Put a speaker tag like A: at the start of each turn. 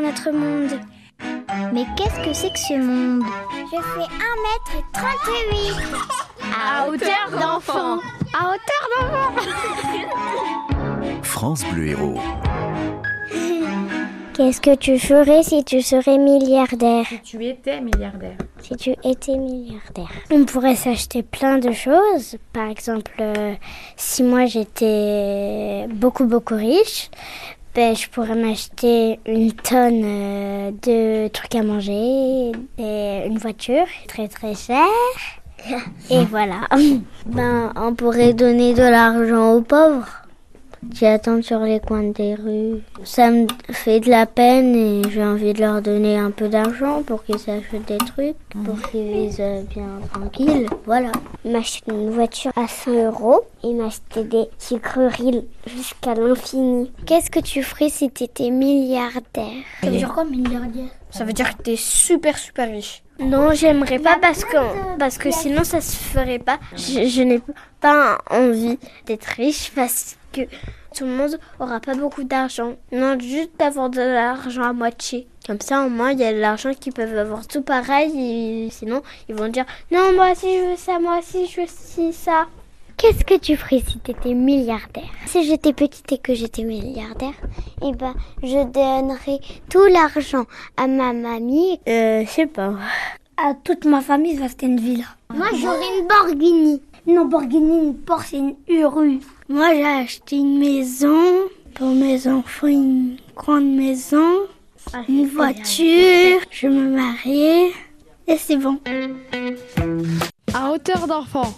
A: notre monde.
B: Mais qu'est-ce que c'est que ce monde
A: Je fais 1m38 à hauteur d'enfant.
B: À hauteur d'enfant
C: France Bleu Héros.
A: Qu'est-ce que tu ferais si tu serais milliardaire
D: Tu étais milliardaire.
A: si tu étais milliardaire. On pourrait s'acheter plein de choses. Par exemple, euh, si moi j'étais beaucoup beaucoup riche, ben, je pourrais m'acheter une tonne euh, de trucs à manger, et une voiture très très chère. Et voilà. Ben, on pourrait donner de l'argent aux pauvres qui attendent sur les coins des rues. Ça me fait de la peine et j'ai envie de leur donner un peu d'argent pour qu'ils s'achètent des trucs, pour qu'ils vivent euh, bien tranquilles. Voilà. M'acheter une voiture à 100 euros et m'acheter des sucreries jusqu'à l'infini. Qu'est-ce que tu ferais si tu étais milliardaire
B: Ça veut dire quoi, milliardaire Ça veut dire que t'es super super riche.
A: Non, j'aimerais pas parce que, parce que sinon ça se ferait pas. Je, je n'ai pas envie d'être riche parce que tout le monde aura pas beaucoup d'argent. Non, juste d'avoir de l'argent à moitié. Comme ça, au moins, il y a de l'argent qu'ils peuvent avoir tout pareil. et sinon, ils vont dire Non, moi aussi je veux ça, moi aussi je veux ci, ça. Qu'est-ce que tu ferais si t'étais milliardaire Si j'étais petite et que j'étais milliardaire, eh ben, je donnerais tout l'argent à ma mamie. Euh, je sais pas.
B: À toute ma famille, va acheter une villa.
A: Moi, j'aurais une Borghini.
B: Une Lamborghini, une Porsche et une Urus.
A: Moi, j'ai acheté une maison pour mes enfants, une grande maison, une voiture. Je me mariais et c'est bon.
E: À hauteur d'enfant.